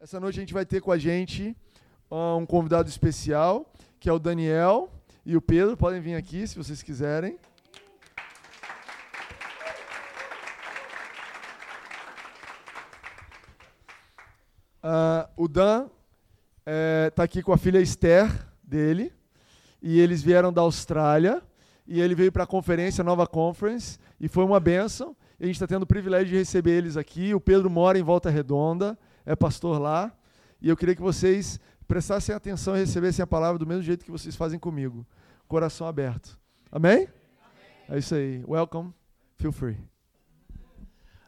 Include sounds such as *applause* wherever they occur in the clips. Essa noite a gente vai ter com a gente ah, um convidado especial, que é o Daniel e o Pedro. Podem vir aqui se vocês quiserem. Ah, o Dan está aqui com a filha Esther dele, e eles vieram da Austrália, e ele veio para a conferência, a nova conference, e foi uma benção. E a gente está tendo o privilégio de receber eles aqui. O Pedro mora em Volta Redonda, é pastor lá, e eu queria que vocês prestassem atenção e recebessem a palavra do mesmo jeito que vocês fazem comigo, coração aberto. Amém? É isso aí. Welcome. Feel free.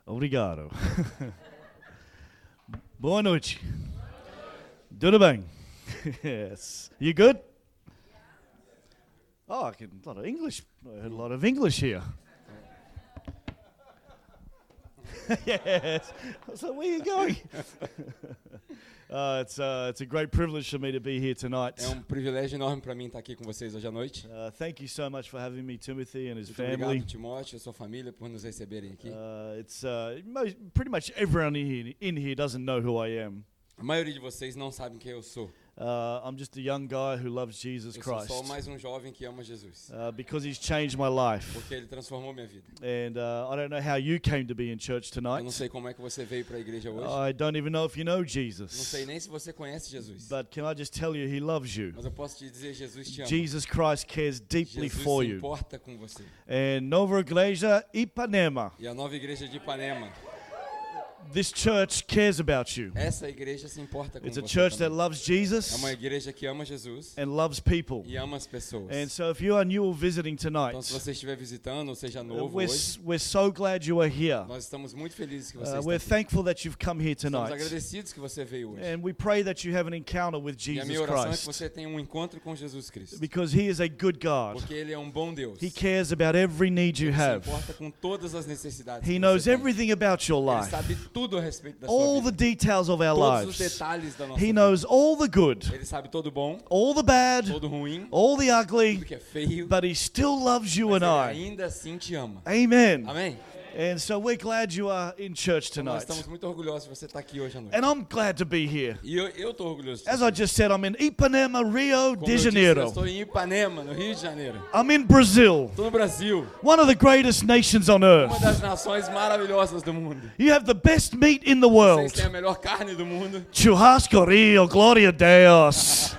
Obrigado. *laughs* Boa noite. Tudo bem? yes. You good? Oh, I can, a lot of English. I heard a lot of English here. *laughs* yes. I was like, where are you going? *laughs* uh, it's, uh, it's a great privilege for me to be here tonight. É um privilégio enorme para mim estar aqui com vocês hoje à noite. Uh, thank you so much for having me, Timothy, and his Muito family. obrigado, Timóteo, e sua família, por nos receberem aqui. Uh, it's uh, most, pretty much everyone in here, in here doesn't know who I am. A maioria de vocês não sabem quem eu sou. Uh, I'm just a young guy who loves Jesus Eu sou Christ só mais um jovem que ama Jesus, uh, because he's changed my life. porque ele transformou minha vida. And uh, I don't know how you came to be in church Eu não tonight. sei como é que você veio para a igreja hoje. I don't even know if you know Não Jesus. sei nem se você conhece Jesus. But can I just tell you, he loves you. Mas eu posso te dizer, Jesus te ama. Jesus Christ cares deeply Jesus for se you. importa com você. And Nova Iglesia Ipanema, E a nova igreja de Ipanema, this church cares about you. essa igreja se importa com It's a você church that também. loves É Jesus uma igreja que ama Jesus and loves people. e ama as pessoas. And so if you are new or visiting Então, se tonight, você estiver visitando ou seja uh, novo we're, hoje, s- we're so glad you are here. nós estamos muito felizes que você Uh, está we're aqui. thankful that you've come here Estamos tonight. agradecidos que você veio hoje. And we pray that you have an encounter with E a minha É, Jesus oração é que Christ você tenha um encontro com Jesus Cristo. because he is a good God. Porque Ele é um bom Deus. He Ele cares about every need you se have. importa com todas as necessidades. He que knows você tem. everything about your Ele life, sabe tudo a respeito da all sua the vida. details of our Todos os lives. detalhes da nossa He vida. knows all the good, Ele sabe todo bom, all the bad, todo ruim, all the tudo ugly, que é feio. but he still loves you Mas and ele I. ainda assim te ama. Amen. Amém? And so we're glad you are in church Nós tonight. estamos muito orgulhosos de você estar aqui hoje à noite. And I'm glad to be here. E eu, eu tô orgulhoso. de As você. I just said, I'm in Ipanema, Rio Como eu de disse, eu Janeiro. estou em Ipanema, no Rio de Janeiro. I'm in Brazil, Estou no Brasil, one of the greatest nations on uma earth. das nações maravilhosas do mundo. You have the best meat in the Vocês world. têm a melhor carne do mundo. Churrascaria, Gloria *laughs* Deus.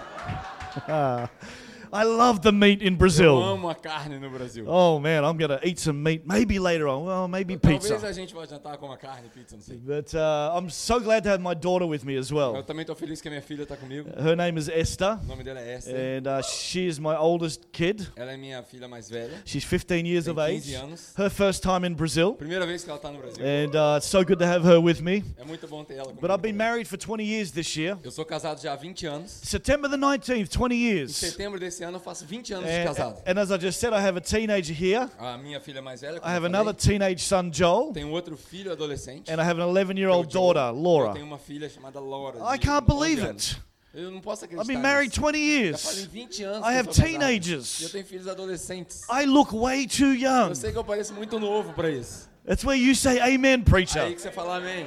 I love the meat in Eu Brazil. amo a carne no Brasil. Oh man, I'm gonna eat some meat maybe later on. Well, maybe Talvez pizza. a gente vá jantar com uma carne, pizza, não sei. But uh, I'm so glad to have my daughter with me as Eu well. também tô feliz que a minha filha tá comigo. Her name is Esther, O nome dela é Esther. and uh, she is my oldest kid. Ela é minha filha mais velha. She's 15 years of Tem age. 15 anos. Her first time in Brazil, Primeira vez que ela tá no Brasil. and uh, it's so good to have her with me. É muito bom ter ela comigo. But I've been married for 20 years this year. Eu sou casado já há 20 anos. September the 19th, 20 Em years. setembro desse ano eu faço 20 anos de And, casado. and as I just said, I have a teenager here. A minha filha mais velha, I como have eu another falei, teenage son, Joel, tem um outro filho adolescente. and I have an 11 year que é o old Joel. daughter, Eu tenho Laura. uma filha chamada Laura. I de can't 11 believe anos. it. Eu não posso acreditar I've been married nisso. 20 Já fazem years. 20 anos I que eu have sou casado. E Eu teenagers. tenho filhos adolescentes. I look way too Eu young. sei que eu pareço muito novo pra isso. É That's where you say amen, Aí preacher. que você fala amém.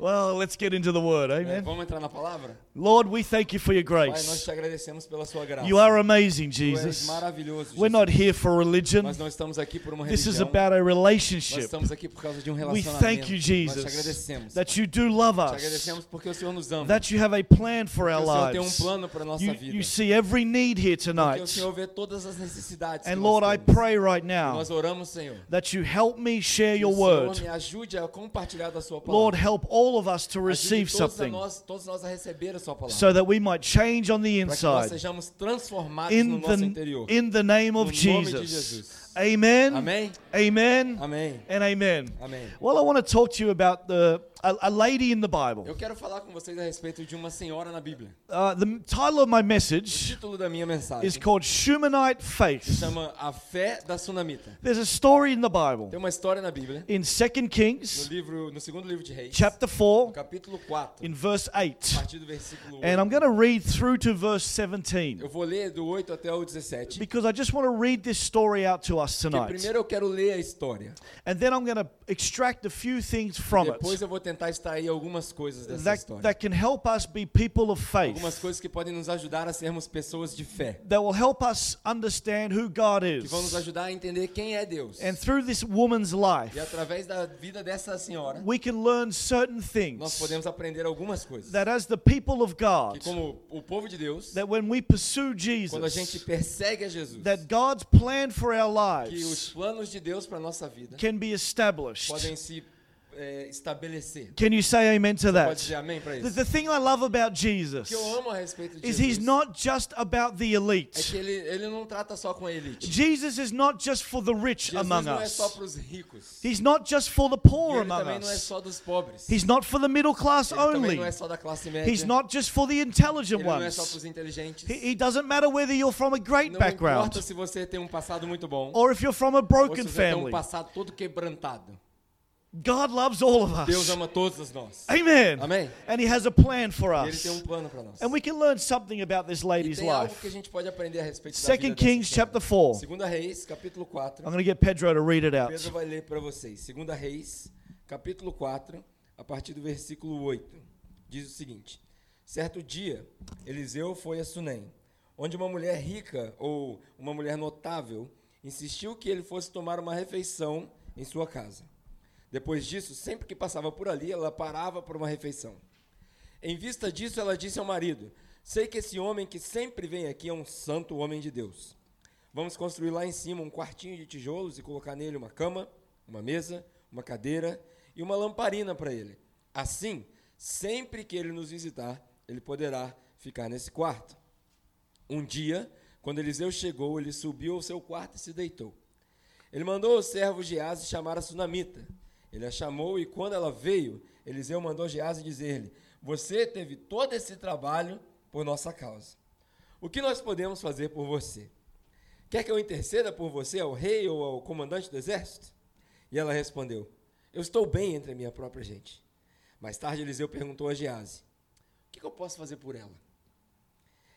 Well, let's get into the word. É, Amen. Vamos entrar na palavra? Lord, we thank you for your Pai, nós grace. te agradecemos pela sua graça. You are amazing, Tu és Jesus. maravilhoso, We're Jesus. not here for religion. Nós não estamos aqui por uma This is religião. about a Nós relationship. estamos aqui por causa de um We relacionamento. thank you, Nós te Jesus, agradecemos. that you do love Te us, agradecemos porque o Senhor nos ama. that you have a plan for porque our o Senhor tem um lives. plano para nossa You, vida. you see every need here porque o tonight. Senhor vê todas as necessidades And que Lord, I nós temos. pray right now Nós oramos, Senhor. that you help me share Que o your Senhor word. me ajude a compartilhar da sua palavra. Lord, help all of us to Ajude receive todos a something nós, todos nós a receber a sua palavra. so that we might change on the para que nós inside. sejamos transformados no In nosso the, interior. in the name No of nome de Jesus. Jesus. Amen. Amém? Amen. Amém. And amen. Amém. Well, I want to talk to you about the a, a lady in the Bible. Eu quero falar com vocês a respeito de uma senhora na Bíblia. Uh, the m- title of my O message título da minha mensagem is called Shumanite Faith. chama A Fé da Sunamita. There's a story in the Bible Tem uma história na Bíblia, in 2 no Kings livro, no segundo livro de Reis, chapter 4 no capítulo 4, in verse a 8. partir do versículo 8. And I'm going to read through to verse Eu 17 vou ler do 8 até o 17, because I just want to read this story out to us Porque tonight. primeiro eu quero ler a história. And then I'm going to extract a few things from Depois it eu vou tentar extrair algumas coisas dessa that, história. that can help us be people of Algumas faith, coisas que podem nos ajudar a sermos pessoas de fé. that will help us understand who God Que vão nos is. ajudar a entender quem é Deus. And through this woman's E life, através da vida dessa senhora, we can learn certain nós things podemos aprender algumas coisas. that as the people of Que God, como o povo de Deus, that when we pursue quando a gente Jesus, persegue a Jesus, that God's plan for our que os lives planos de Deus para nossa vida can be established. podem se eh, estabelecer. Can you say amen to Pode that? dizer amém para The, isso? the thing I love about O Jesus que eu amo a respeito de is he's Jesus not just about the é elite. que ele, ele não trata só com a elite. Jesus is not just for the rich Jesus among não é só us. para os ricos. E He's not just for the poor ele among também não é us. só dos pobres. He's not for the middle class Ele também only. não é só da classe média. He's Ele not just for the intelligent não é só para ones. os inteligentes. He, he doesn't matter whether you're from a great Não background importa se você tem um passado muito bom or if you're from a ou se broken você tem um family. passado todo quebrantado. God loves all of Deus us. ama todos nós. Amen. Amém? And He has a plan for E ele tem um us. plano para nós. And we can learn something about this E lady's tem algo que a life. gente pode aprender a respeito da vida 2 Kings dessa história. chapter 4. Segunda Reis, capítulo I'm 4. going to get Pedro to read it out. Pedro vai ler para vocês. Segunda Reis, capítulo 4, a partir do versículo 8. Diz o seguinte: Certo dia, Eliseu foi a Sunem, onde uma mulher rica ou uma mulher notável insistiu que ele fosse tomar uma refeição em sua casa. Depois disso, sempre que passava por ali, ela parava por uma refeição. Em vista disso, ela disse ao marido: Sei que esse homem que sempre vem aqui é um santo homem de Deus. Vamos construir lá em cima um quartinho de tijolos e colocar nele uma cama, uma mesa, uma cadeira e uma lamparina para ele. Assim, sempre que ele nos visitar, ele poderá ficar nesse quarto. Um dia, quando Eliseu chegou, ele subiu ao seu quarto e se deitou. Ele mandou o servo Geazi chamar a sunamita. Ele a chamou e quando ela veio, Eliseu mandou Geazi dizer-lhe: Você teve todo esse trabalho por nossa causa. O que nós podemos fazer por você? Quer que eu interceda por você ao rei ou ao comandante do exército? E ela respondeu: Eu estou bem entre a minha própria gente. Mais tarde, Eliseu perguntou a Geazi: O que que eu posso fazer por ela?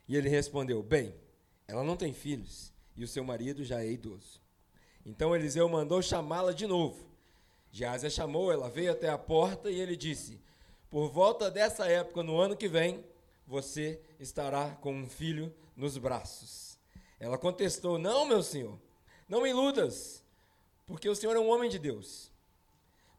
E ele respondeu: Bem, ela não tem filhos e o seu marido já é idoso. Então Eliseu mandou chamá-la de novo. Geazi a chamou, ela veio até a porta e ele disse: Por volta dessa época, no ano que vem, você estará com um filho nos braços. Ela contestou: Não, meu senhor, não me iludas, porque o senhor é um homem de Deus.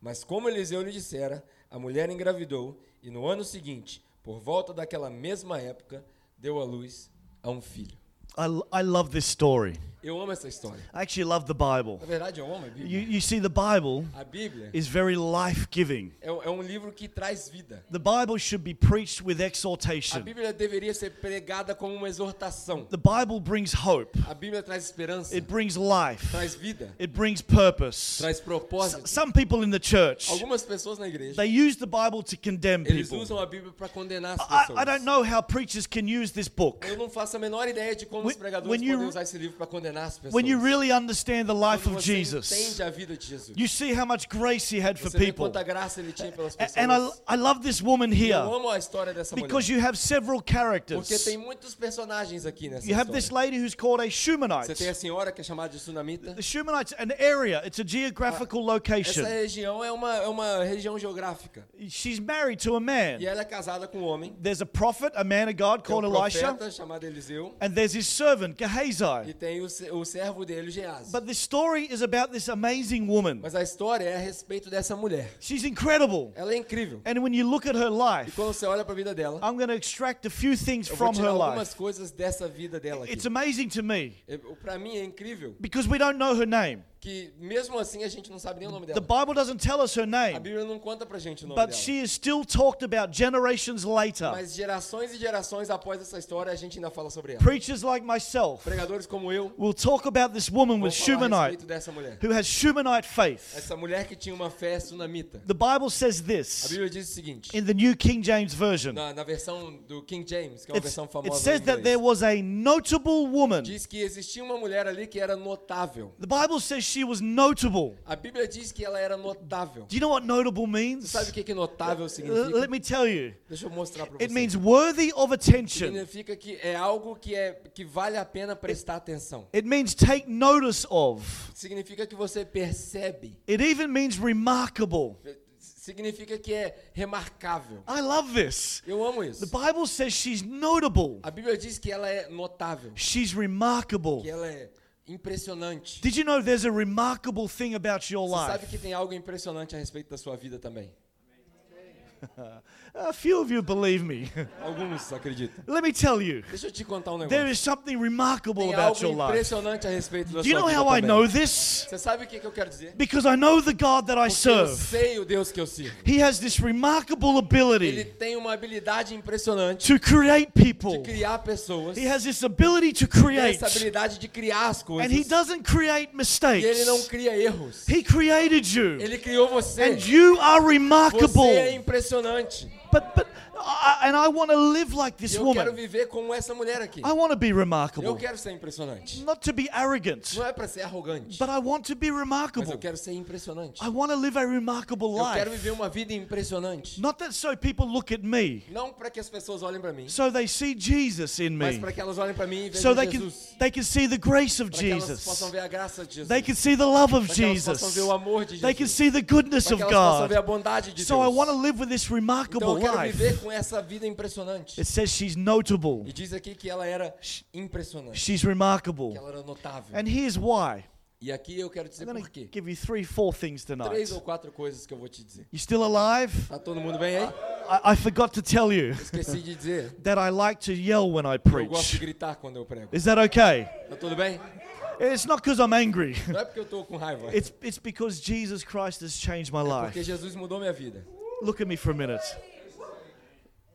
Mas como Eliseu lhe dissera, a mulher engravidou e no ano seguinte, por volta daquela mesma época, deu à luz a um filho. I, I love this story. Eu amo essa história. I actually love the Bible. Na verdade, eu amo a You, Bíblia. you see, the Bible A Bíblia is very life giving. é, é um livro que traz vida. The Bible should be preached with A exhortation. Bíblia deveria ser pregada como uma exortação. The Bible brings hope, A Bíblia traz esperança, it brings life, traz vida, it brings purpose. traz S- Oh, propósito. Some people in the church, Algumas pessoas na igreja, they use the Bible to condemn eles people. usam a Bíblia para condenar as I, I pessoas. don't know how preachers can use this book. Eu não faço a menor ideia de como os When- pregadores when you- podem usar esse livro para condenar as pessoas. When you really understand the life Quando of você Jesus, entende a vida de Jesus. you see how much grace he had for Você vê people. quanta graça ele tinha pelas pessoas. A- And I, I love this woman eu here amo a história dessa because mulher. you have several Porque characters. tem muitos personagens aqui nessa You have this história. lady who's called a Você tem a Shumanite. senhora que é chamada de Sunamita. The Shumanite's an area, it's a geographical Ah, Essa location. região é uma, é uma região geográfica. She's married to a man. E ela é casada com um homem. There's a prophet, a man of God Tem um called Elisha, profeta chamado Eliseu. and there's his servant, E Gehazi. tem o, se- o servo dele, Geazi. But this story is about this amazing woman. Mas a história é a respeito dessa mulher. She's incredible. Ela é incrível. And when you look at her E life, quando você olha para a vida dela, I'm going to extract a few things eu vou from tirar her algumas life. coisas dessa vida dela aqui. It's amazing to me Para mim é incrível because we don't know her name. que mesmo assim a gente não sabe nem o nome The dela. Bible doesn't tell us her A name. Bíblia não conta pra gente o nome But dela. she is still talked about generations later. Mas gerações e gerações após essa história, a gente ainda fala sobre ela. Preachers like myself Pregadores como eu will talk about this woman vão with falar a respeito Shumanite dessa mulher. who has Shumanite faith. Essa mulher que tinha uma fé sunamita. The Bible says A this Bíblia diz o seguinte, in the New King James Version. na, na versão do King James, que é uma It's- versão it famosa says em that there inglês, was a notable woman. diz que existia uma mulher ali que era notável. The Bible says she was notable. A Bíblia diz que ela era notável. Do you know what notable means? Sabe o que, que notável L- significa? let me tell you. Deixa eu mostrar para It você. means worthy of attention. Significa que é algo que, é, que vale a pena prestar atenção. It means take notice of. Significa que você percebe. It even means remarkable. Significa que é remarcável. I love this. Eu amo The isso. Bible says she's notable. A Bíblia diz que ela é notável, She's remarkable. que ela é impressionante. Did you know there's a remarkable thing about your Você sabe life? que tem algo impressionante a respeito da sua vida também. A few of you believe *laughs* me. Alguns acreditam. Let me tell you, Deixa eu te contar um there negócio. is something remarkable Tem about algo your life. impressionante a respeito da Do you sua know vida how I também. know this? Você sabe o que, que eu quero dizer? Because I know the God that I Porque eu serve. sei o Deus que eu sirvo. He has this remarkable Ele ability tem uma habilidade impressionante to create de people. criar pessoas. He has this ability to Tem create. essa habilidade de criar as coisas. And he doesn't create E ele não mistakes. cria erros. He created you. Ele criou você. And you are Você é remarkable. impressionante. But but I, and I want to live like E this eu quero woman. viver como essa mulher aqui. I want to be Eu remarkable. quero ser impressionante. Not to be arrogant, Não é pra ser arrogante, but I want to be mas eu remarkable. quero ser impressionante. I want to live a remarkable Eu quero life. viver uma vida impressionante. Not that so people look at me, Não pra que as pessoas olhem pra mim, so they see Jesus in mas me. pra que elas olhem pra mim e So vejam they can Jesus. they can see the grace of Pra que elas possam Jesus. ver a graça de Jesus. They can see the love of Pra que elas possam Jesus. ver o amor de They can Jesus. see the goodness Pra of que elas possam ver a God. bondade de So I want to Deus. live with this Então remarkable eu quero life. viver com essa vida impressionante. It says she's notable. E diz aqui que ela era impressionante, She's que remarkable. ela era notável. And here's why. E aqui eu quero dizer I'm going por to quê. give you three, four things tonight. Três ou quatro coisas que eu vou te dizer. You still alive? Tá todo mundo bem aí? I, I forgot to tell you Esqueci de dizer. that I like to yell when I Eu gosto de preach. gritar quando eu prego. Is that okay? Tá tudo bem? It's not because I'm angry. *laughs* Não é porque eu tô com raiva. It's, it's because Jesus Christ has changed my Porque life. Jesus mudou minha vida. Look at me for a minute.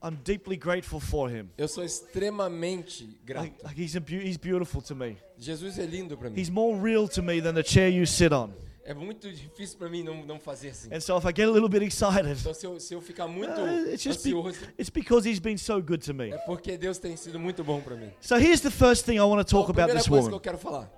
I'm deeply grateful for him. Eu sou extremamente grato. Like, like he's, a beau- he's beautiful to me. Jesus é lindo pra mim. He's more real to me than the chair you sit on. É muito difícil pra mim não, não fazer assim. And so if I get a little bit excited, Então se eu, se eu ficar muito uh, *laughs* it's just be- ansioso, it's because he's been so good to me. é porque Deus tem sido muito bom pra mim. So here's the first thing I want to Então, talk a about primeira this coisa Um que eu woman. quero falar.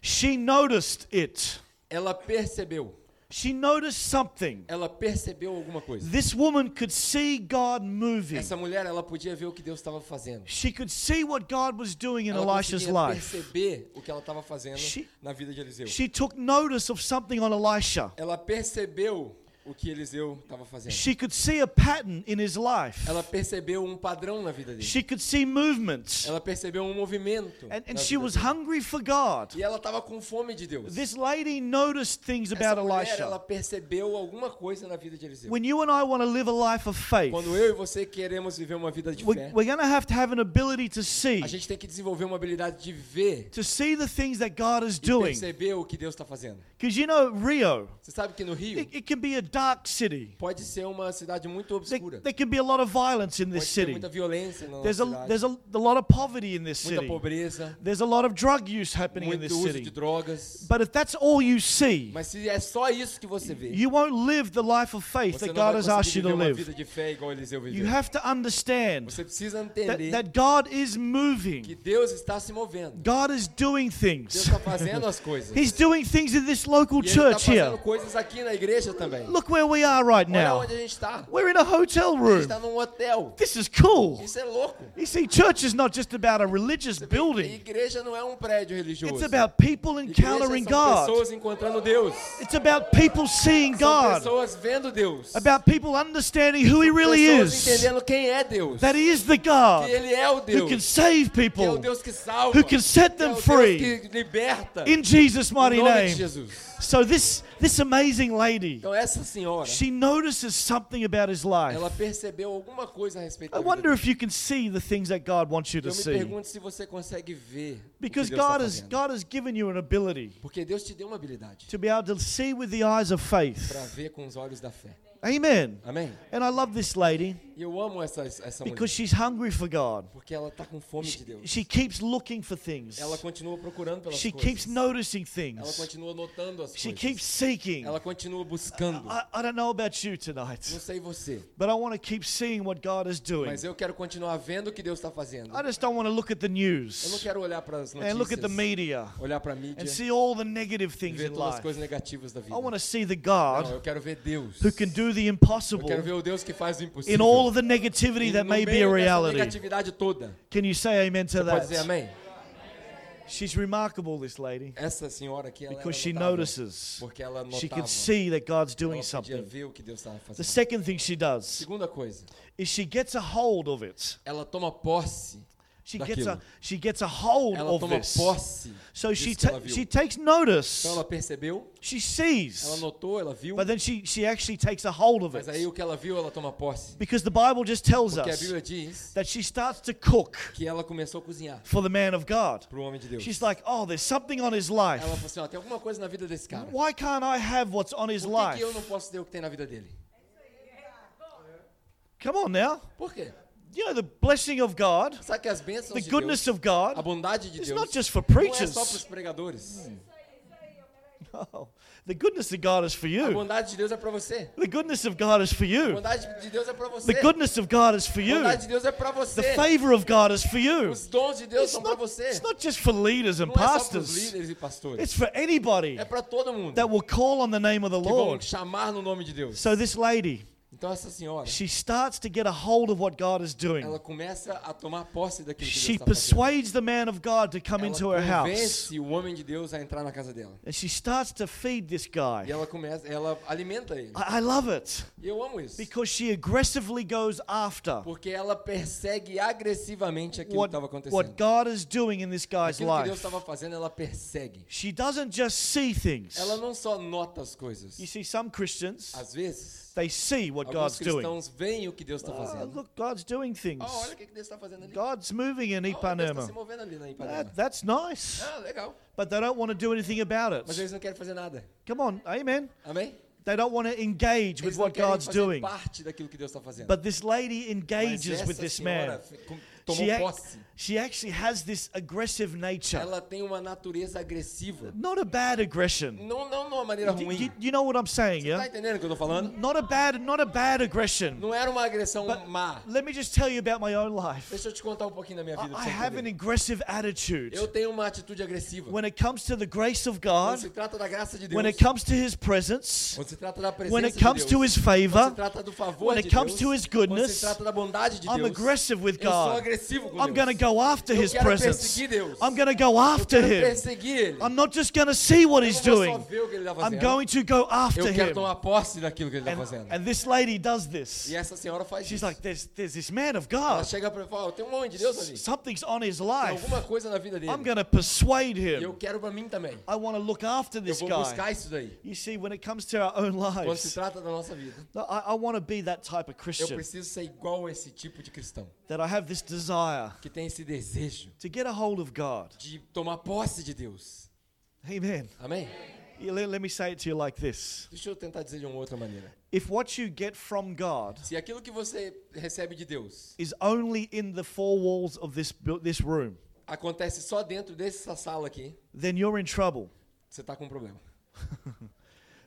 She noticed it. Ela percebeu. She noticed something. Ela percebeu alguma coisa. This woman could see God moving. Essa mulher, ela podia ver o que Deus estava fazendo. She could see what God was doing in Ela Elisha's conseguia life. perceber o que ela estava fazendo She- na vida de Eliseu. She took notice of something on Elisha. Ela percebeu o que Eliseu estava fazendo. She could see a pattern in his life. Ela percebeu um padrão na vida dele. She could see movement. Ela percebeu um movimento. And, and na she vida was dele. hungry for God. E ela estava com fome de Deus. This lady noticed things Essa about mulher, ela Elisha. percebeu alguma coisa na vida de Eliseu. When you and I want to live a life of faith, Quando eu e você queremos viver uma vida de we're, fé, we're going to have to have an ability to see, a gente tem que desenvolver uma habilidade de ver to see the things that God is e doing. perceber o que Deus está fazendo. Because you know, Rio, Você sabe que no Rio it, it can be a dark city. pode ser uma cidade muito There, obscura. there can be a lot of violence in Pode this ter city. muita violência na nossa There's a, cidade. there's a, a lot of poverty in this Muita city. pobreza, There's a lot of drug use happening in muito this uso de city. drogas. But if that's all you see, Mas se é só isso que você vê, you won't live the life of faith você that não vai God has asked conseguir you viver to uma vida live. de fé igual Eliseu You viveu. have to understand Você precisa that, entender that God is que moving, Deus está se movendo. God is doing Deus things. está fazendo as coisas. He's doing things in this local E ele está church fazendo here. coisas aqui na igreja também. Look where we are right Olha now. onde a gente está. We're in a hotel A gente room. está num hotel. This is cool. Isso é louco. You see, church is not just about a religious A building, igreja não é um prédio religioso. it's about people Igreja encountering são God, pessoas encontrando Deus. it's about people seeing São God. pessoas vendo Deus. about people understanding who he really pessoas is. entendendo quem é Deus. That he is the Que God ele é o who can Deus. save Que é o people, Deus que salva. who can set que é them o Deus free que liberta. in Jesus' em mighty nome de name. Jesus. So this this amazing lady, Então essa senhora, she notices something about his life. ela percebeu alguma coisa a respeito I da vida wonder dele. if you can see the things that God wants you to Eu me see. pergunto se você consegue ver o que Deus Because está God has fazendo. God has given you an ability Porque Deus te deu uma habilidade to be able to see with the eyes of para faith. ver com os olhos da fé. Amen. Amém? And I love this lady. E E eu amo essa, essa mulher. because she's hungry for God. Porque ela tá com fome She, de Deus. she keeps looking for things. Ela continua procurando pelas She coisas. keeps noticing Ela things. continua notando as She coisas. keeps Ah, seeking. Ela continua buscando. I, I don't know about you Não tonight, sei você, but I want to keep seeing what God is doing. mas eu quero continuar vendo o que Deus está fazendo. I just don't want to look at the Eu não news quero olhar para as Ah, and look at the notícias, media olhar para a mídia and see all the negative e things ver in todas as life. coisas negativas da vida. I want to see the Não, God eu quero ver Deus. who can do Eu the quero impossible ver o Deus que faz o impossível. in all of the E negativity no that may be a meio dessa reality. negatividade toda. Can you say amen to Pode dizer that? amém? She's remarkable, this lady, Essa senhora aqui, ela é era because she notável, notices. Porque ela notava. She can see that God's doing ela podia something. ver o que Deus estava fazendo. The second thing she does Segunda coisa, is she gets a hold of it. ela toma posse. She gets daquilo. a she gets a hold Ela of toma this. posse. So disso she que ela ta- viu. she takes Então notice. ela percebeu, She ela sees. notou, ela viu. But then she she actually takes a hold of Mas aí it o que ela viu, ela toma posse. because the Bible just tells Porque a us Bíblia diz that she starts to cook que ela começou a cozinhar for the man of God. para o homem de Deus. She's like, "Oh, there's something on his Ela life. falou assim, ó, tem alguma coisa na vida desse cara. Por Why can't I have what's on his que, que life?" eu não posso ter o que tem na vida dele? Come on now. Por quê? You know the blessing of God, Sabe que as bênçãos the de goodness Deus, of a *laughs* God. bondade de It's Deus, not just for não é só para os preachers. Hmm. pregadores. No. Oh, The goodness of God is for A you. bondade de Deus é para você. The goodness of God is for A you. bondade de Deus é para você. The A goodness of God is for you. bondade de Deus é para The você. favor of God is for you. Os dons de Deus It's são para not, você. it's not just for leaders and Não é só para os pastors. líderes e pastores. It's for anybody É para todo mundo that que will call on the name of the vão Lord. chamar no nome de Deus. So this lady, Então essa senhora, she starts to get a hold of what God is ela doing. começa a tomar posse daquilo que Deus She está fazendo. persuades the man of God to come into her ela house. convence o homem de Deus a entrar na casa dela. And she starts to feed this E guy. ela começa, ela alimenta ele. I, I love it E eu amo isso. because she aggressively goes after Porque ela persegue agressivamente aquilo que what, estava what acontecendo. God is doing in this guy's Aquilo que Deus life. estava fazendo, ela persegue. She doesn't just see things. Ela não só nota as coisas. You see, some Christians, Às vezes, they see what God's alguns doing. cristãos veem o que Deus está Ah, fazendo. look, God's doing things. Ah, olha o que que Deus está fazendo ali. God's moving in Ah, Deus está Ipanema. se movendo ali na Ipanema. That, that's nice. Ah, legal. But they don't want to do anything about Mas it. eles não querem fazer nada. Come on, amen. Amém? They don't want to engage with Eles não what querem God's fazer doing. parte daquilo que Deus está fazendo. But this lady Mas engages essa with this senhora man. fi- com- She, tomou ac- posse. she actually has this aggressive nature. Ela tem uma natureza agressiva. Not a bad aggression. Não, não, de uma maneira You, ruim. you- you know what I'm saying, Tá yeah? entendendo o que eu tô falando? Not a bad, not a bad aggression. Não era uma agressão But- má. Let me just tell you about my own life. Deixa eu te contar um pouquinho da I, minha vida. pra I você have an entender. aggressive attitude. Eu tenho uma atitude agressiva. When it comes to the grace of Quando God, se trata da graça de Deus, when it comes to His presence, quando se trata da presença when it de comes Deus, to His quando se favor, trata do favor when de it comes Deus, to His quando se goodness, trata da bondade de I'm Deus, aggressive with eu sou God. agressivo com I'm Deus. going to go after Eu His quero presence. perseguir Deus. I'm going to go eu after quero Him. perseguir Ele. I'm not just going to see what eu He's não vou só doing, ver o que Ele está tá I'm fazendo. going to go after eu quero Him. tomar posse daquilo que Ele está And, fazendo. and this lady does e this. essa senhora faz She's isso. like, "Ah, there's, there's this man of Ela God. chega para falar, tem um homem de Deus ali. Something's on his Tem life. alguma coisa na vida dele. I'm going to persuade E eu him. quero para mim também. I want to look after Eu this vou guy. buscar isso daí. You see, when it comes to our own Quando se lives, trata da nossa vida. I, I want to be that type of Eu Christian preciso ser igual a esse tipo de cristão. that I have this desire Que tem esse desejo to get a hold of God. de tomar posse de Deus. Amen. Amém? You- Let, let me say it to you like this Deixa eu tentar dizer de uma outra maneira. If what you get from God Se aquilo que você recebe de Deus is only in the four walls of this, bu- this room, acontece só dentro dessa sala aqui, then you're in trouble você tá com um problema.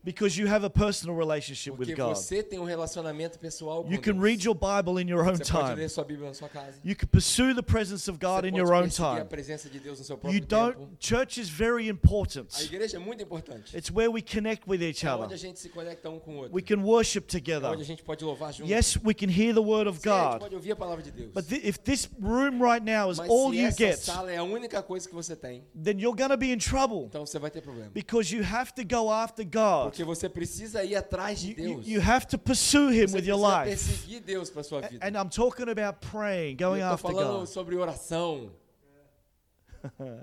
because you have a personal relationship Porque with God. você tem um relacionamento pessoal com You can Deus. read your Bible in your own Você pode time. ler sua Bíblia na sua casa. You can pursue the presence of God você in pode your own perseguir a time. presença de Deus no seu You próprio tempo. don't. Church is very A important. igreja é muito importante. It's where we connect with each É onde other. a gente se conecta um com o outro. We can worship É together. onde a gente pode louvar junto. Yes, we can hear the word of Sim, a gente God. pode ouvir a palavra de Deus. But thi- if this room right now is Mas all se you essa get, sala é a única coisa que você tem, then you're going to be in trouble então você vai ter problema. because you have to go after God. Porque você precisa ir atrás de You, you, Deus. you have to pursue Him você with your precisa life. perseguir Deus para sua vida. And I'm talking about praying, Eu going tô after falando God. sobre oração. And,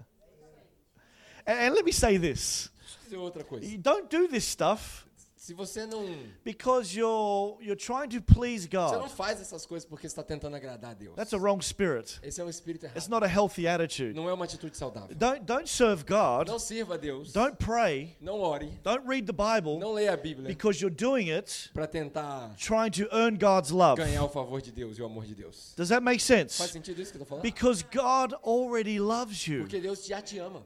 and let me say this Deixa eu dizer é outra coisa. You don't do this stuff Se você não, because you're you're trying to please você não God. faz essas coisas porque você está tentando agradar a Deus. That's a wrong spirit. Esse é um espírito It's errado. not a healthy attitude. Não é uma atitude saudável. Don't don't serve God. Não sirva a Deus. Don't pray. Não ore. Don't read the Bible Não leia a Bíblia because you're doing it para tentar trying to earn God's love. ganhar o favor de Deus e o amor de Deus. Does that make Faz sense? sentido isso que eu tô falando? Because God already loves you. Porque Deus já te ama.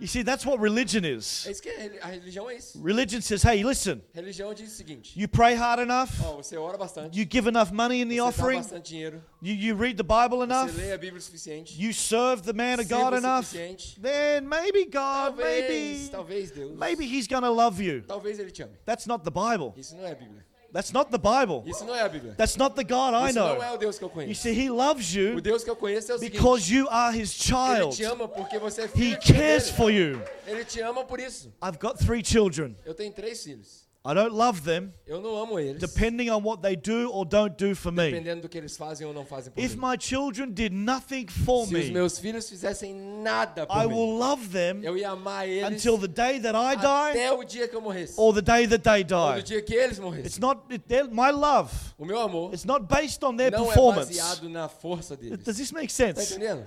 You see, that's what religion is. É isso que é- a religião é isso. Religion says, hey, listen, Religião diz o seguinte: you pray hard enough, ó, você ora bastante, you give enough money in the você dá offering, bastante dinheiro, you, you read the Bible você enough, lê a Bíblia o suficiente, you serve the man of sirva God o enough, suficiente. then maybe God, Talvez, maybe, talvez Deus, maybe he's going to love you. talvez ele te ame. That's not the Bible. Isso não é a Bíblia. That's not the Bible. Isso não é a Bíblia. That's not the God I Isso não é know. o Deus que eu You conheço. see, he loves O you Deus que eu conheço é o seguinte: because you are his Ele child. te ama porque você é He filho de cares dele. for you. Ele te ama por isso. I've got three children. Eu tenho três filhos. I don't love them, Eu não amo eles, depending on what they do or don't do for me. dependendo do que eles fazem ou não fazem por If mim. my children did nothing for Se os me, meus filhos fizessem nada por I mim, will love them eu ia amar eles until the day that I die até o dia que eu morresse. or the day that they Ou die. do dia que It's eles morressem. not it, they're- my love. O meu amor It's not based on their não é performance. baseado na força deles. Does this make Tá sense? entendendo?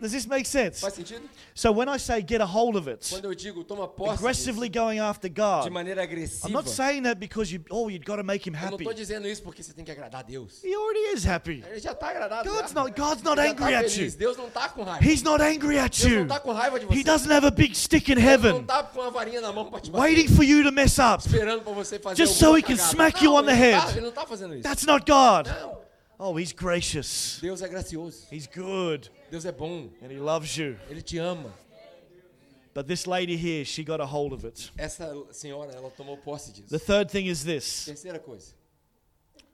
Does this make sense? Faz sentido? So when I say get a hold of it, Quando eu digo toma posse disso, aggressively going after de God, maneira I'm agressiva, not saying that because you oh you've got to make him eu não happy. tô dizendo isso porque você tem que agradar a Deus. He already is happy. Ele já tá agradado. God's já. not God's not Ele já tá angry at you. feliz. Deus não tá com raiva. He's not angry at Deus não you. tá com raiva de você. He doesn't have a big stick in Deus não heaven tá com uma varinha na mão pra te bater. waiting for you to mess up. esperando pra você fazer Just alguma so he can cagada. smack Não, you on the ele não head. Tá, ele não tá fazendo isso. That's not God. Não. Oh, he's gracious. Deus é gracioso. He's good. Deus é bom. And he loves you. Ele te ama. But this lady here, she got a hold of it. Essa senhora, ela tomou posse disso. The third thing is this Terceira coisa.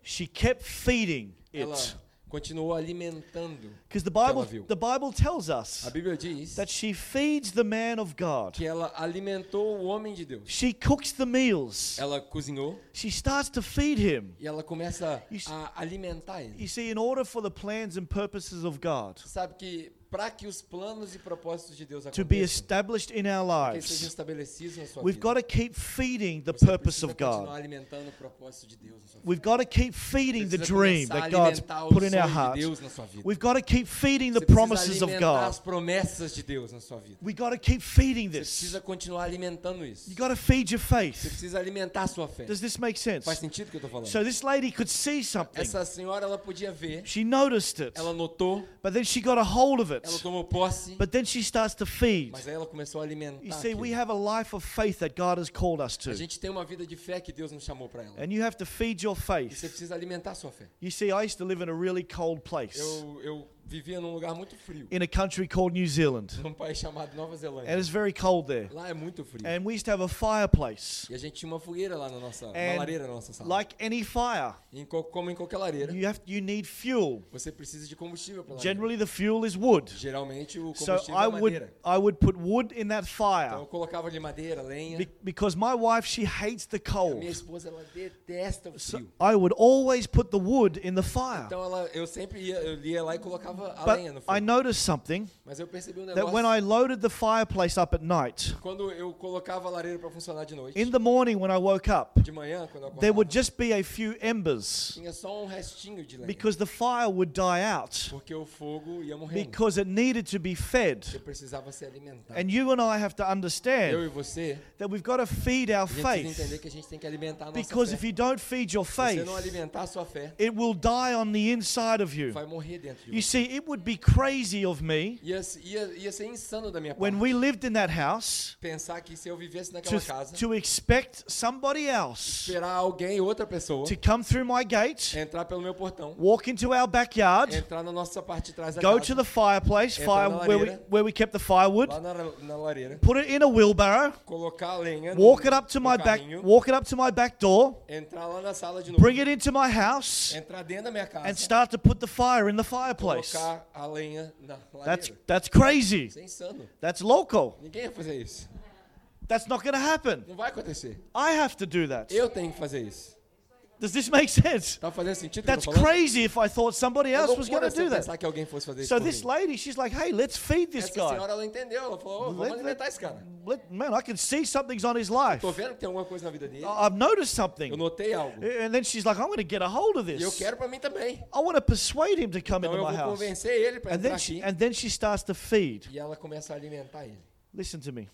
she kept feeding Ela it. continuou alimentando. Because the ela Bible, viu. the Bible tells us A Bíblia diz that she feeds the man of God. que ela alimentou o homem de Deus. She cooks the meals. Ela cozinhou She starts to feed him. e ela começa Isso. a alimentar ele. You see, in order for the plans and purposes of God Sabe que para que os planos e propósitos de Deus to be aconteçam, established in our que eles sejam lives, estabelecidos na sua we've got vida, to keep feeding the você purpose precisa of God. continuar alimentando o propósito de Deus na sua vida. We've got to keep feeding the Precisa dream começar a that God's alimentar o put in our sonho de hearts. Deus na sua vida. We've got to keep feeding the Você precisa promises of alimentar God. as promessas de Deus na sua vida. We got to keep feeding Você this. precisa continuar alimentando isso. You got to feed your Você faith. precisa alimentar a sua fé. Does this make Faz sense? sentido o que eu tô falando? So this lady could see something. Essa senhora, ela podia ver, She noticed it, ela notou, but then she got a hold of ela it. tomou posse, But then she starts to feed. mas aí ela começou a alimentar You see, we aquilo. have a life of faith that God has called us A to, gente tem uma vida de fé que Deus nos chamou para ela. and you have to feed your E você faith. precisa alimentar a sua fé. You see, I used to live in a really cold place Eu, eu vivia num lugar muito frio, in a country called New Zealand, num país chamado Nova and Zelândia. it's very cold there. Lá é muito frio. And we used to have a fireplace. E a gente tinha uma fogueira lá na nossa, uma And lareira na nossa sala. Like any fire, Em co- como em qualquer lareira, you have you need fuel. você precisa de combustível para lareira. Generally, the fuel is wood. Geralmente o So combustível I é would madeira. I would put wood in that Então fire eu colocava de madeira, lenha. be- because my wife she hates the Minha cold. esposa ela detesta o So frio. I would always put the wood in the fire. Então ela, eu sempre ia, eu ia lá e colocava a lenha But no fogo. I noticed something Mas eu percebi um that when negócio. I loaded the fireplace up at night, Quando eu colocava a lareira para funcionar de noite, in the morning when I woke up, de manhã, quando eu there would acordava, just be a few embers tinha só um restinho de lenha. because the fire would die out Porque o fogo ia morrendo. because it needed to be fed. Eu precisava se alimentar. And you and I have to Eu understand e você, that we've got to feed our a gente precisa entender faith que a gente tem que alimentar a nossa because fé. if you don't feed your Se você faith, não alimentar a sua fé, it will die on the inside of you. vai morrer dentro de You você. see, it would be crazy of me Ia, ia, ia ser insano da minha when parte we lived in that house pensar que se eu vivesse naquela to, casa, to expect somebody else esperar alguém, outra pessoa, to come through my gate, entrar pelo meu portão, walk into our backyard, entrar na nossa parte de trás da go to casa, the fireplace, Entra fire na where we, lareira. where we kept the firewood, lá na, na lareira, put it in a wheelbarrow, colocar a lenha walk no, it up to no my back, carrinho, walk it up to my back door, entrar lá na sala de novo, bring it into my house, entrar dentro da minha casa, and start to put the fire in the fireplace. colocar a lenha na lareira. That's that's crazy. Isso é insano. That's local. Ninguém ia fazer isso. That's not going to happen. Não vai acontecer. I have to do that. Eu tenho que fazer isso. Does this make *laughs* sense? Tá fazendo sentido o que eu tô That's falando? crazy if I thought somebody É else was loucura going to se eu do that. pensar que alguém fosse fazer isso So por this mim. lady, she's like, hey, let's feed this Essa guy. senhora, ela entendeu. Ela falou, "Ô, vamos Let- alimentar esse cara. let- man, I can see something's on his life. Tô vendo que tem alguma coisa na vida dele. I- I've noticed Eu something. notei algo. And then she's like, I'm going to get a hold of E eu this. quero pra mim também. I want to persuade him to come Então into eu my vou house. convencer ele pra And entrar then, she, aqui. and then she starts to feed. E ela começa a alimentar ele. Listen to me.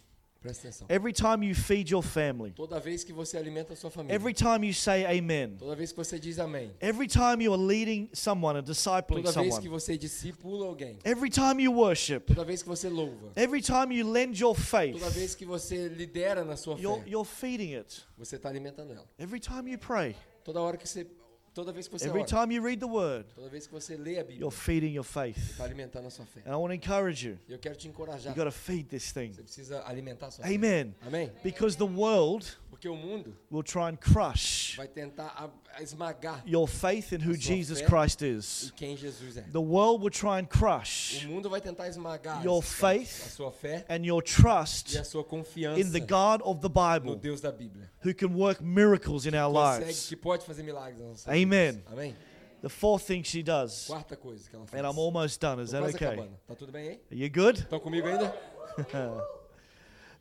Presta atenção. Every time you feed your family, Toda vez que você alimenta a sua família. every time you say amen, Toda vez que você diz amém. every time you are leading someone and discipling Toda vez que someone, você discipula alguém. every time you worship, Toda vez que você louva. every time you lend your Toda faith, vez que você lidera na sua you're, fé. you're feeding it. Você tá alimentando ela. Every time you pray, Toda hora que você... Toda vez que você every ora. time you read the word, Toda vez que você lê a Bíblia. you're feeding your faith. Tá alimentando a sua fé. And I want to encourage you. E eu quero te encorajar. You got to feed this thing. Você precisa alimentar a sua fé. Amen. Amém? Because the world Porque o mundo will try and crush vai tentar a- a esmagar your faith in who That's not Jesus fair. Christ em is. quem Jesus é. The world will try and O crush mundo vai tentar esmagar Your esse cara, faith a sua fé and your e a trust sua confiança in the God of the no Bible Deus da Bíblia. who can work miracles in our Consegue, lives. que pode fazer milagres. na nossa Amen. vida. Amém? The fourth thing she does, Quarta coisa que ela faz. and I'm almost done, is Tô that quase okay? Are acabando. Tá tudo bem aí? you good? Estão comigo ainda?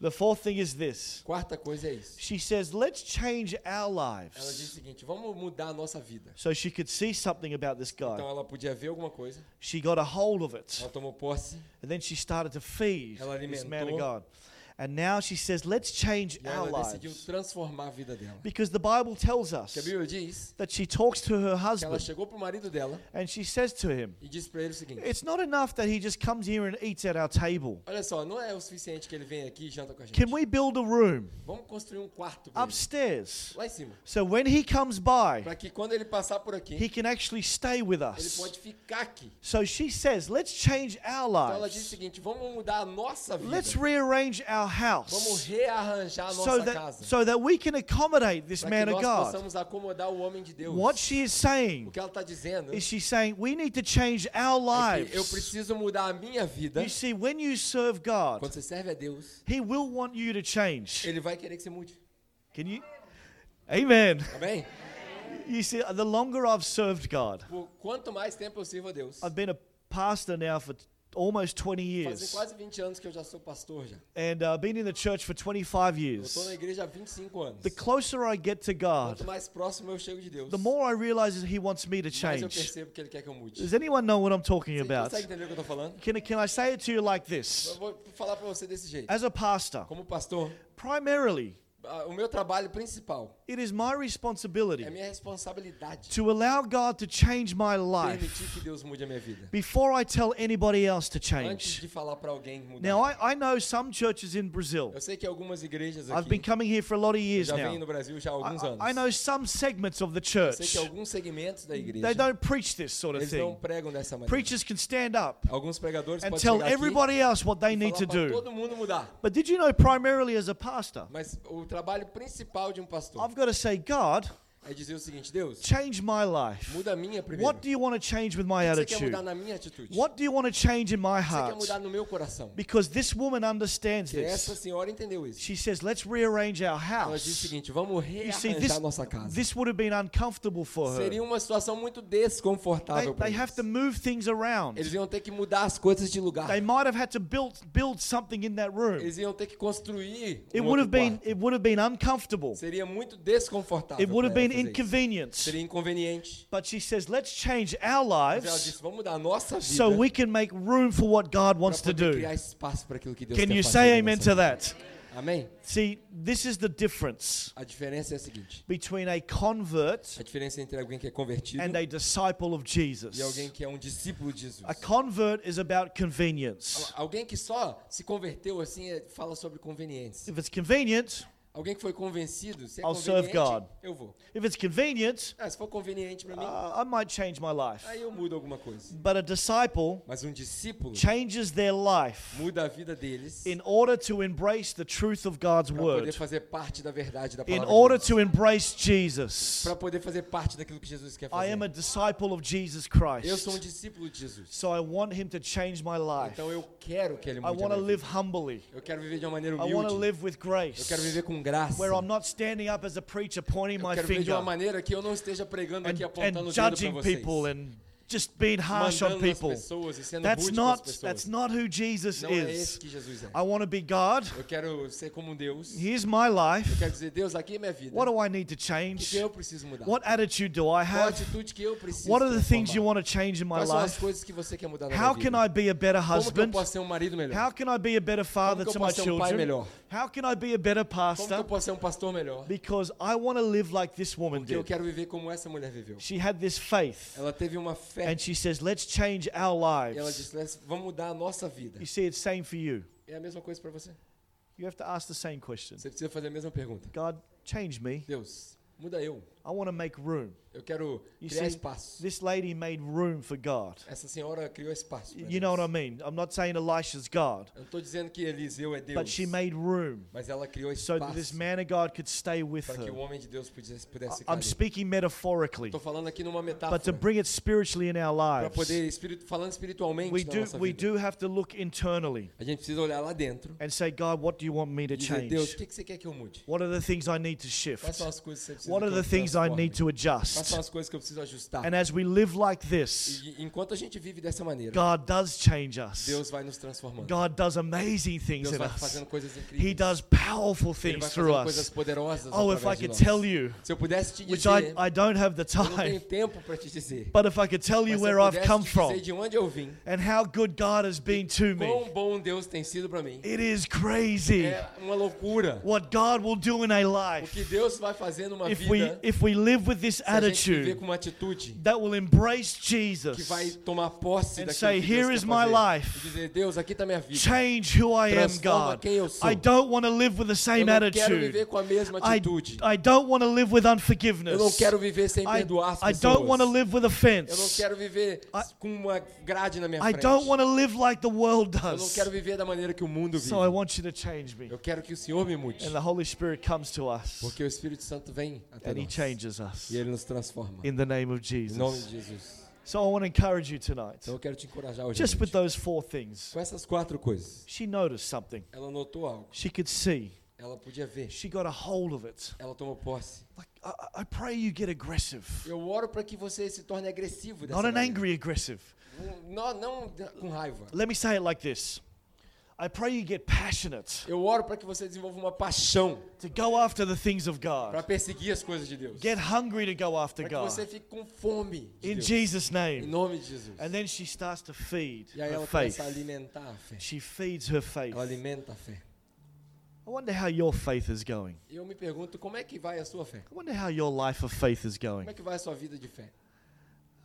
The fourth thing is this. Quarta coisa é isso. She says, let's change our Ela diz o lives seguinte, vamos mudar a nossa vida. so she could see something about this Então guy. ela podia ver alguma coisa, She got a hold of it. ela tomou posse, And then she started to feed Ela this man of alimentou. God. And now she says, let's change e our ela decidiu lives. transformar a vida dela. Because the Bible tells Que a us Bíblia diz that she talks to her que ela husband chegou pro marido dela and she says to him, e disse pra ele o seguinte, It's not enough that he just comes here and eats at our table. olha só, não é o suficiente que ele vem aqui e janta com a gente. Can we build a room Vamos construir um quarto pra ele, upstairs lá em cima. so when he comes by, Para que quando ele passar por aqui, he can actually stay with ele us? pode ficar aqui. So she says, Let's change our Então ela diz o lives. seguinte: vamos mudar a nossa vida. Let's rearrange our Vamos house rearranjar a nossa so that, casa. so that we can accommodate this Para man que of nós God. possamos acomodar o homem de Deus. What she is O saying que ela está dizendo is she's saying we need to change our é que eu lives. preciso mudar a minha vida. You see, when you serve God, Quando você serve a Deus, He will want you to change. ele vai querer que você mude. Can you? Amen. *laughs* Tá bem? You see, the longer I've served God, Por quanto mais tempo eu sirvo a Deus. I've been a pastor now for t- almost 20 Fazem years, quase 20 anos que eu já sou pastor já. and I've been in the church for 25 Eu estou na years. igreja há 25 anos. The closer I get to God, Quanto mais próximo eu chego de Deus, the more I realize that He wants me to mais eu change. percebo que ele quer que eu mude. Does anyone know what I'm talking Você about? consegue entender o que eu tô falando? Can, can I say it to you like Eu this? vou falar pra você desse jeito. As a pastor, Como pastor, primarily, ah, o meu trabalho principal It is my responsibility é minha responsabilidade to allow God to change my permitir life que Deus mude a minha vida. before I tell anybody else to Antes change. de falar pra alguém mudar. Now, I, I know some churches in Brazil, Eu sei que algumas igrejas I've been aqui coming here for a lot of years já now. vêm no Brasil já há I, alguns anos. I- I know some segments of the Eu sei church, que alguns segmentos da igreja they don't preach this sort of eles não thing. pregam dessa maneira. Preachers can stand up Alguns pregadores and podem tell chegar aqui everybody else what they e need falar to pra do. todo mundo mudar. But did you know, primarily as a pastor, Mas o trabalho principal de um pastor I've got to say, God, é dizer o seguinte: Deus, change my life. muda a minha primeiro. What O do you want to change with my que você quer attitude? mudar na minha atitude? O What do you want to change in my que você quer heart? mudar no meu coração? Because this woman understands Que essa this. senhora entendeu isso. She says, let's rearrange our Ela disse Então, o house. seguinte: vamos You see, this, rearranjar nossa casa. this would have been uncomfortable for her. Seria uma situação muito They, desconfortável para they have to eles. move things Eles around. iam ter que mudar as coisas de lugar. They might have had to build, build something in that room. Eles iam ter que construir It um would outro have been, quarto. it would have been uncomfortable. Seria muito desconfortável. It would have pra been ela fazer isso. inconvenient. Seria inconveniente. But she says, let's change our Mas ela lives disse, vamos mudar a nossa vida so we can make room for what God pra wants to poder do. criar espaço para aquilo que Deus Can quer you fazer say na amen nossa to that? vida. Amém? See, this is the difference A diferença é a seguinte. between a convert A diferença entre alguém que é convertido and a disciple of e alguém Jesus. que é um discípulo de Jesus. A convert is about convenience. Al- Alguém que só se converteu assim é- fala sobre conveniência. If it's convenient, Alguém que foi convencido, se é I'll serve conveniente, God. eu vou. if it's convenient, Ah, se for conveniente para mim, uh, I might change my life. aí eu mudo alguma coisa. But a disciple Mas um discípulo changes their life muda a vida deles in order to embrace the truth of God's para poder word, fazer parte da verdade da in palavra. order to embrace Jesus. para poder fazer parte daquilo que Jesus quer I fazer. am a disciple of Jesus Eu sou um Christ. discípulo de Jesus. So I want him to change my life. Então eu quero que ele I mude. a want to minha live vida. humbly. Eu quero viver de uma maneira I want to humilde. live with Eu grace. quero viver com graça. where I'm not standing up as a preacher pointing Eu my quero ver de uma finger maneira que eu não esteja pregando and, aqui and apontando o dedo para judging vocês. people and just being harsh on mandando nas people. pessoas e sendo That's rude com as not that's pessoas. not who Jesus Não é esse is. que Jesus é. I want to be God. Eu quero ser como um Deus. Eu Here's my life. quero dizer, Deus, aqui é minha vida. What O do I need to que change? que eu preciso mudar? What attitude do I Qual a have? atitude que eu preciso What are the things you transformar? want to change in my Quais são as life? coisas que você quer mudar na How minha vida? can I be a better Como que eu husband? posso ser um marido melhor? How can I be a better father Como que to eu my posso ser um pai children? melhor? How can I be a better Como que eu pastor? posso ser um pastor melhor? Because I want to live like this woman Porque eu did. quero viver como essa mulher viveu. She had this faith, Ela teve uma fé and she says, "Let's change our e ela lives." disse, "Let's- vamos mudar a nossa vida. You see, it's same for you. É a mesma coisa para você. You have to ask the same question. Você precisa fazer a mesma pergunta. God, change me. Deus, muda eu. I want to make room. Eu quero You criar see, espaço. This lady made room for God. Essa senhora criou espaço. pra You know what I Deus. mean? I'm not saying Elisha's God, Eu não estou dizendo que Eliseu é Deus, but she made room mas ela criou so that this espaço man of God could stay with para que her. o homem de Deus pudesse, pudesse ficar I'm ali. speaking metaphorically, Estou falando aqui numa but to metáfora. bring it spiritually in our Para lives, poder, espiritu- falando espiritualmente we na do nossa we vida. do have to look internally A gente precisa olhar lá dentro and say, God, what do you want me to e dizer, Deus, o change? que, que você quer que eu mude? What are the things I need to Quais shift? são as coisas que você precisa What que are eu the things I transforme? need to Quais são adjust? as coisas que eu preciso ajustar? And as we live like this, E enquanto a gente vive dessa maneira, God does change us. Deus vai nos transformando. God does amazing Deus things in vai us. fazendo coisas He incríveis. does powerful Ele vai things fazendo through coisas us. poderosas Oh, if I através de could nós. tell you, Se eu pudesse te which dizer, I, I don't have the eu não tenho time, tempo para te dizer. but if I could tell Mas you se eu where I've pudesse come te from dizer de onde eu vim, and how good God has been to me, quão bom Deus tem sido para mim. it is crazy É uma loucura what God will do in a o que life Deus vai fazer numa if we, vida if we live with this se a gente viver attitude com uma atitude that will embrace que vai Jesus, tomar posse And daquilo say, que Deus "Here quer is my fazer." life. E dizer, Deus, aqui está minha vida. change who I am, Transforma God. quem eu sou. I don't want to live with the Eu same não quero viver attitude. com a mesma I, atitude. I don't want to live with Eu não unforgiveness. quero viver sem I, perdoar as I pessoas. don't want to live with Eu não offense. quero viver I- com uma grade na minha I frente. don't want to live like the world Eu não does. quero viver da maneira que o mundo vive. So I want you to change me. Eu quero que o Senhor me mude. And the Holy Spirit comes to us Porque o Espírito Santo vem até and He nós. changes us E Ele nos transforma. in the name of Em nome de Jesus. Jesus. So I want to encourage you tonight, Então eu quero te encorajar hoje. à just with noite. those four things. Com essas quatro coisas, She noticed something. ela notou algo. She could see. Ela podia ver. She got a hold of it. Ela tomou posse. Like, I, I- I pray you get aggressive. Eu oro para que você se torne agressivo dessa Not an maneira. angry aggressive. Um- Não, não da- com raiva. Let me say it like this I pray you get passionate Eu oro para que você desenvolva uma paixão to go after the things of para God, perseguir as coisas de Deus. get hungry to go after Para que God. você fique com fome de In Deus. Jesus' Em name. nome de Jesus. And then she starts to feed E aí ela her começa a faith. alimentar a fé. She feeds her faith. Ela alimenta a fé. I wonder how your faith is going. E eu me pergunto, como é que vai a sua fé? I wonder how your life of faith is Como going. é que vai a sua vida de fé?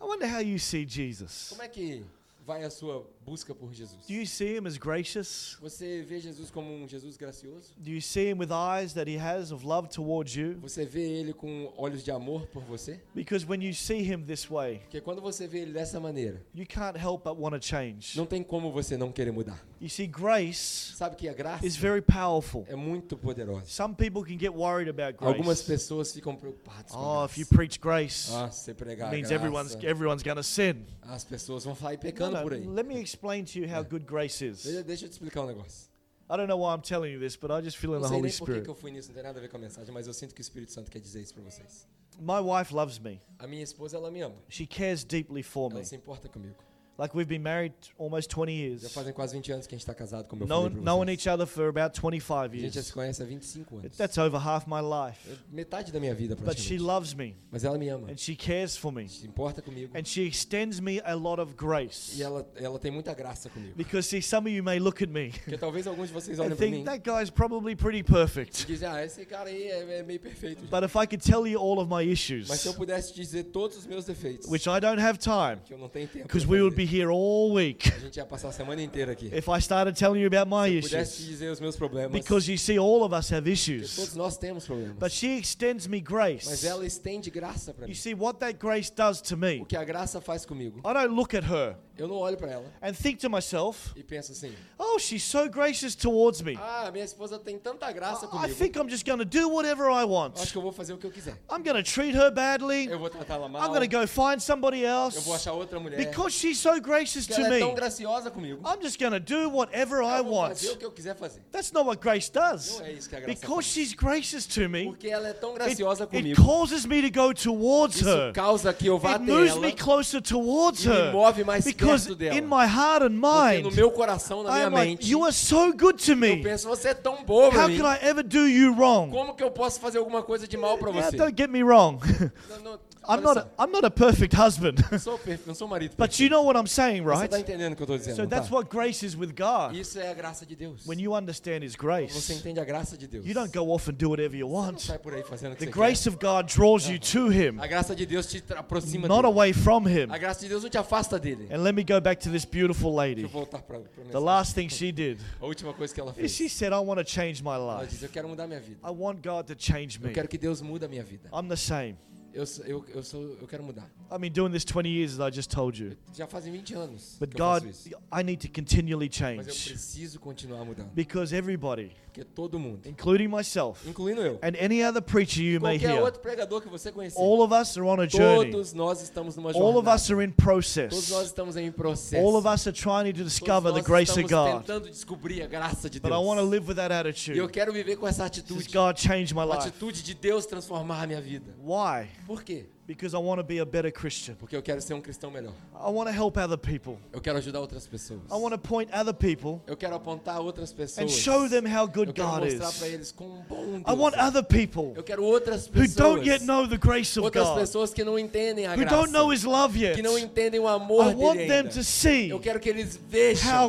I wonder how you see Jesus. Como é que vai a sua busca por Jesus? Do you see him as gracious? Você vê Jesus como um Jesus gracioso? Do you see him with eyes that he has of love towards you? Você vê ele com olhos de amor por você? Because when you see him this way, Porque quando você vê ele dessa maneira, you can't help but want to change. não tem como você não querer mudar. You see, grace Sabe que a graça is very powerful. é muito poderosa. Some people can get worried about Algumas grace. pessoas ficam preocupadas com Oh, a if you graça. preach grace, Ah, se você pregar it a means graça, everyone's everyone's going to sin. as pessoas vão sair No, pecando no, por aí. let me explain to you how good grace Deixa, is. deixa eu te explicar um negócio. I don't know why I'm telling you this, but I just feel in Não the sei Holy nem por que, Spirit. que eu fui nisso, não tem nada a ver com a mensagem, mas eu sinto que o Espírito Santo quer dizer isso pra vocês. My wife loves me. A minha esposa, ela me ama. She cares deeply for me. Ela se importa comigo. Like we've been married almost 20 Já years. fazem quase 20 anos que a gente tá casado, como eu Known, falei pra known vocês. each other for about 25 A gente já se years. conhece há 25 anos. That's over half my life. É Metade da minha vida, But she praticamente. loves me Mas ela me ama. and she cares for me Se importa comigo. and she extends me a lot of grace. E ela, ela tem muita graça comigo. Because see some of you may look at me Porque talvez alguns de vocês olhem and pra mim think that guy's probably pretty e perfect. dizem, ah, esse cara aí é, é meio perfeito. gente." But if I could tell you all of my Mas se eu issues, pudesse te dizer todos os meus defeitos, which I don't have time que eu não tenho tempo. because pra we would fazer, be É here all week A gente ia passar a semana inteira aqui. if I started telling you about my Se eu pudesse te issues. dizer os meus problemas, Because you see all of us have porque issues. todos nós temos problemas. But she extends me Mas grace. ela estende graça pra You mim. see, what that grace does to me, O que a graça faz comigo, I don't look at her eu não olho pra ela and think to myself, e penso assim: oh, she's so gracious towards me. ah, minha esposa tem tanta graça I comigo. think I'm just going to do whatever I Acho want. que eu vou fazer o que eu quiser. I'm going to treat her badly. Eu vou tratar ela mal. I'm going to go find somebody Eu vou else. achar outra mulher. Because she's so so gracious que ela to é tão me. graciosa comigo. I'm just going to do whatever I Eu vou fazer want. o que eu quiser fazer. That's not what grace does. Não é isso que a graça Because faz. she's gracious to me, Porque ela é tão it, graciosa it comigo. causes me to go towards her. Isso causa que eu vá It até moves ela. me closer towards e me her. move mais Because perto dela. in my heart and Porque no mind, meu coração, na I minha am like, mente, you are so good to eu me. penso, você é tão boa pra How mim. can I ever do you wrong? Como que eu posso fazer alguma coisa de mal pra Yeah, você? don't get me wrong. *laughs* Não, não, I'm olha not, a, só, I'm not a perfect husband. *laughs* eu sou perfeito, não sou marido But you know what I'm saying, perfeito. Você tá right? entendendo o que eu tô dizendo, So não tá? that's what grace is with God. Isso é a graça de Deus. When you understand His Você grace, entende a graça de Deus. you don't go off and do whatever you Não want. sai por aí fazendo o The que você grace of God draws you to Him, quer. A graça de Deus te tra- aproxima not dele. away from Him. A graça de Deus não te afasta dele. And let me go back to this beautiful Deixa eu lady. voltar pra, pra The mensagem. last thing she did A última coisa que ela is fez. she said, I want to change my Ela life. diz, eu quero mudar minha vida. I want God to change Eu me. quero que Deus mude a minha vida. I'm the same. Eu, sou- eu, eu, sou, eu quero mudar. I've been doing this 20 years, as I just told you. Já fazem 20 anos But que eu faço God, isso. I need to continually Mas eu change preciso continuar mudando. because everybody, Porque todo mundo, including myself incluindo eu, and any other preacher you may qualquer hear, outro pregador que você conhecer, all of us are on a journey. todos nós estamos numa All of jornada. us are in Todos nós process. estamos em processo. All of us are trying to discover Todos the nós grace of estamos God. tentando descobrir a graça de But I want to Deus. live with that E eu attitude. quero viver com essa Does atitude. God change my A life? atitude de Deus transformar a minha vida. Why? Por quê? Because I want to be a better Christian. Porque eu quero ser um cristão melhor. I want to help other people. Eu quero ajudar outras pessoas. I want to point other people Eu quero apontar outras and pessoas. show them how Eu good quero God mostrar pra is. eles quão bom I Deus want é. other people Eu quero outras who pessoas. don't yet know the grace of outras God, pessoas que não entendem a who graça. don't know His love yet. que não entendem o amor I want dele them ainda. to see Eu quero que eles how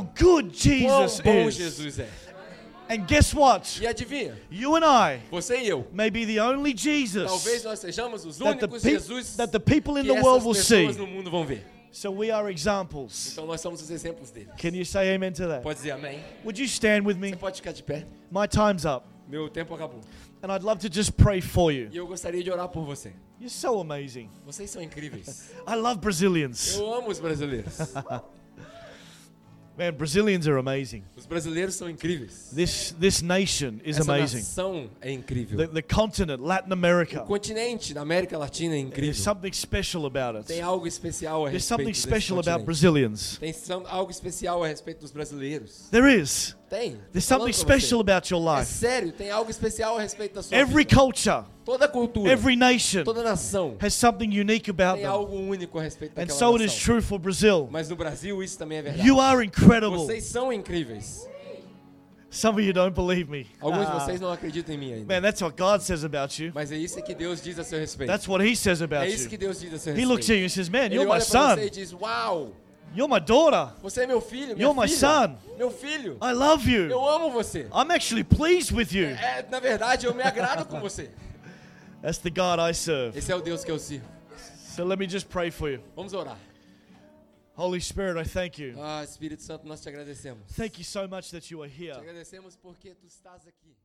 vejam good quão Jesus bom is. Jesus é. And guess what? E adivinha? You and I Você e eu. may be the only Jesus Talvez nós sejamos os that the, únicos peop- Jesus that the people in que the world will essas pessoas see. no mundo vão ver. So we are examples. Então nós somos os exemplos dele. Can you say amen to that? Pode dizer amém? Would you stand with me? Você pode ficar de pé. My time's up. Meu tempo acabou. And I'd love to just pray for you. E eu gostaria de orar por você. You're so amazing. Vocês são incríveis. I love Brazilians. Eu amo os brasileiros. Man, Brazilians are amazing. Os brasileiros são incríveis. This this nation is Essa amazing. nação é The, incrível. the continent, Latin O America, continente da América Latina é there's incrível. something special about Tem it. algo especial a There's something respeito desse special about continente. Brazilians. Tem som- algo especial a respeito dos brasileiros. There is. Tem. There's Falando something pra special você. about your É life. sério, tem algo especial a respeito da sua Every vida. culture, Toda cultura, every nation toda nação has something unique about tem them. algo único a respeito And daquela so it is nação. true for Brazil. Mas no Brasil isso também é verdade. You are incredible. Vocês são incríveis. Some of you don't believe me. Alguns de Ah, vocês não acreditam em mim ainda. man, that's what God says about you. Mas é isso que Deus diz a seu respeito. That's what He says É about isso que you. Deus diz a seu He looks at respeito. you and says, Man, Ele you're my olha pra você e son. diz, uau, You're my daughter. você é meu filho, minha You're my filha. son. Meu filho, I love you. eu amo você. I'm actually pleased with you. É, na verdade, eu me agrado com você. That's the God I serve. Esse é o Deus que eu sirvo. So let me just pray for you. Vamos orar. Holy Spirit, I thank you. Ah, Espírito Santo, nós te agradecemos. Thank you so much that you are here. Te agradecemos porque tu estás aqui.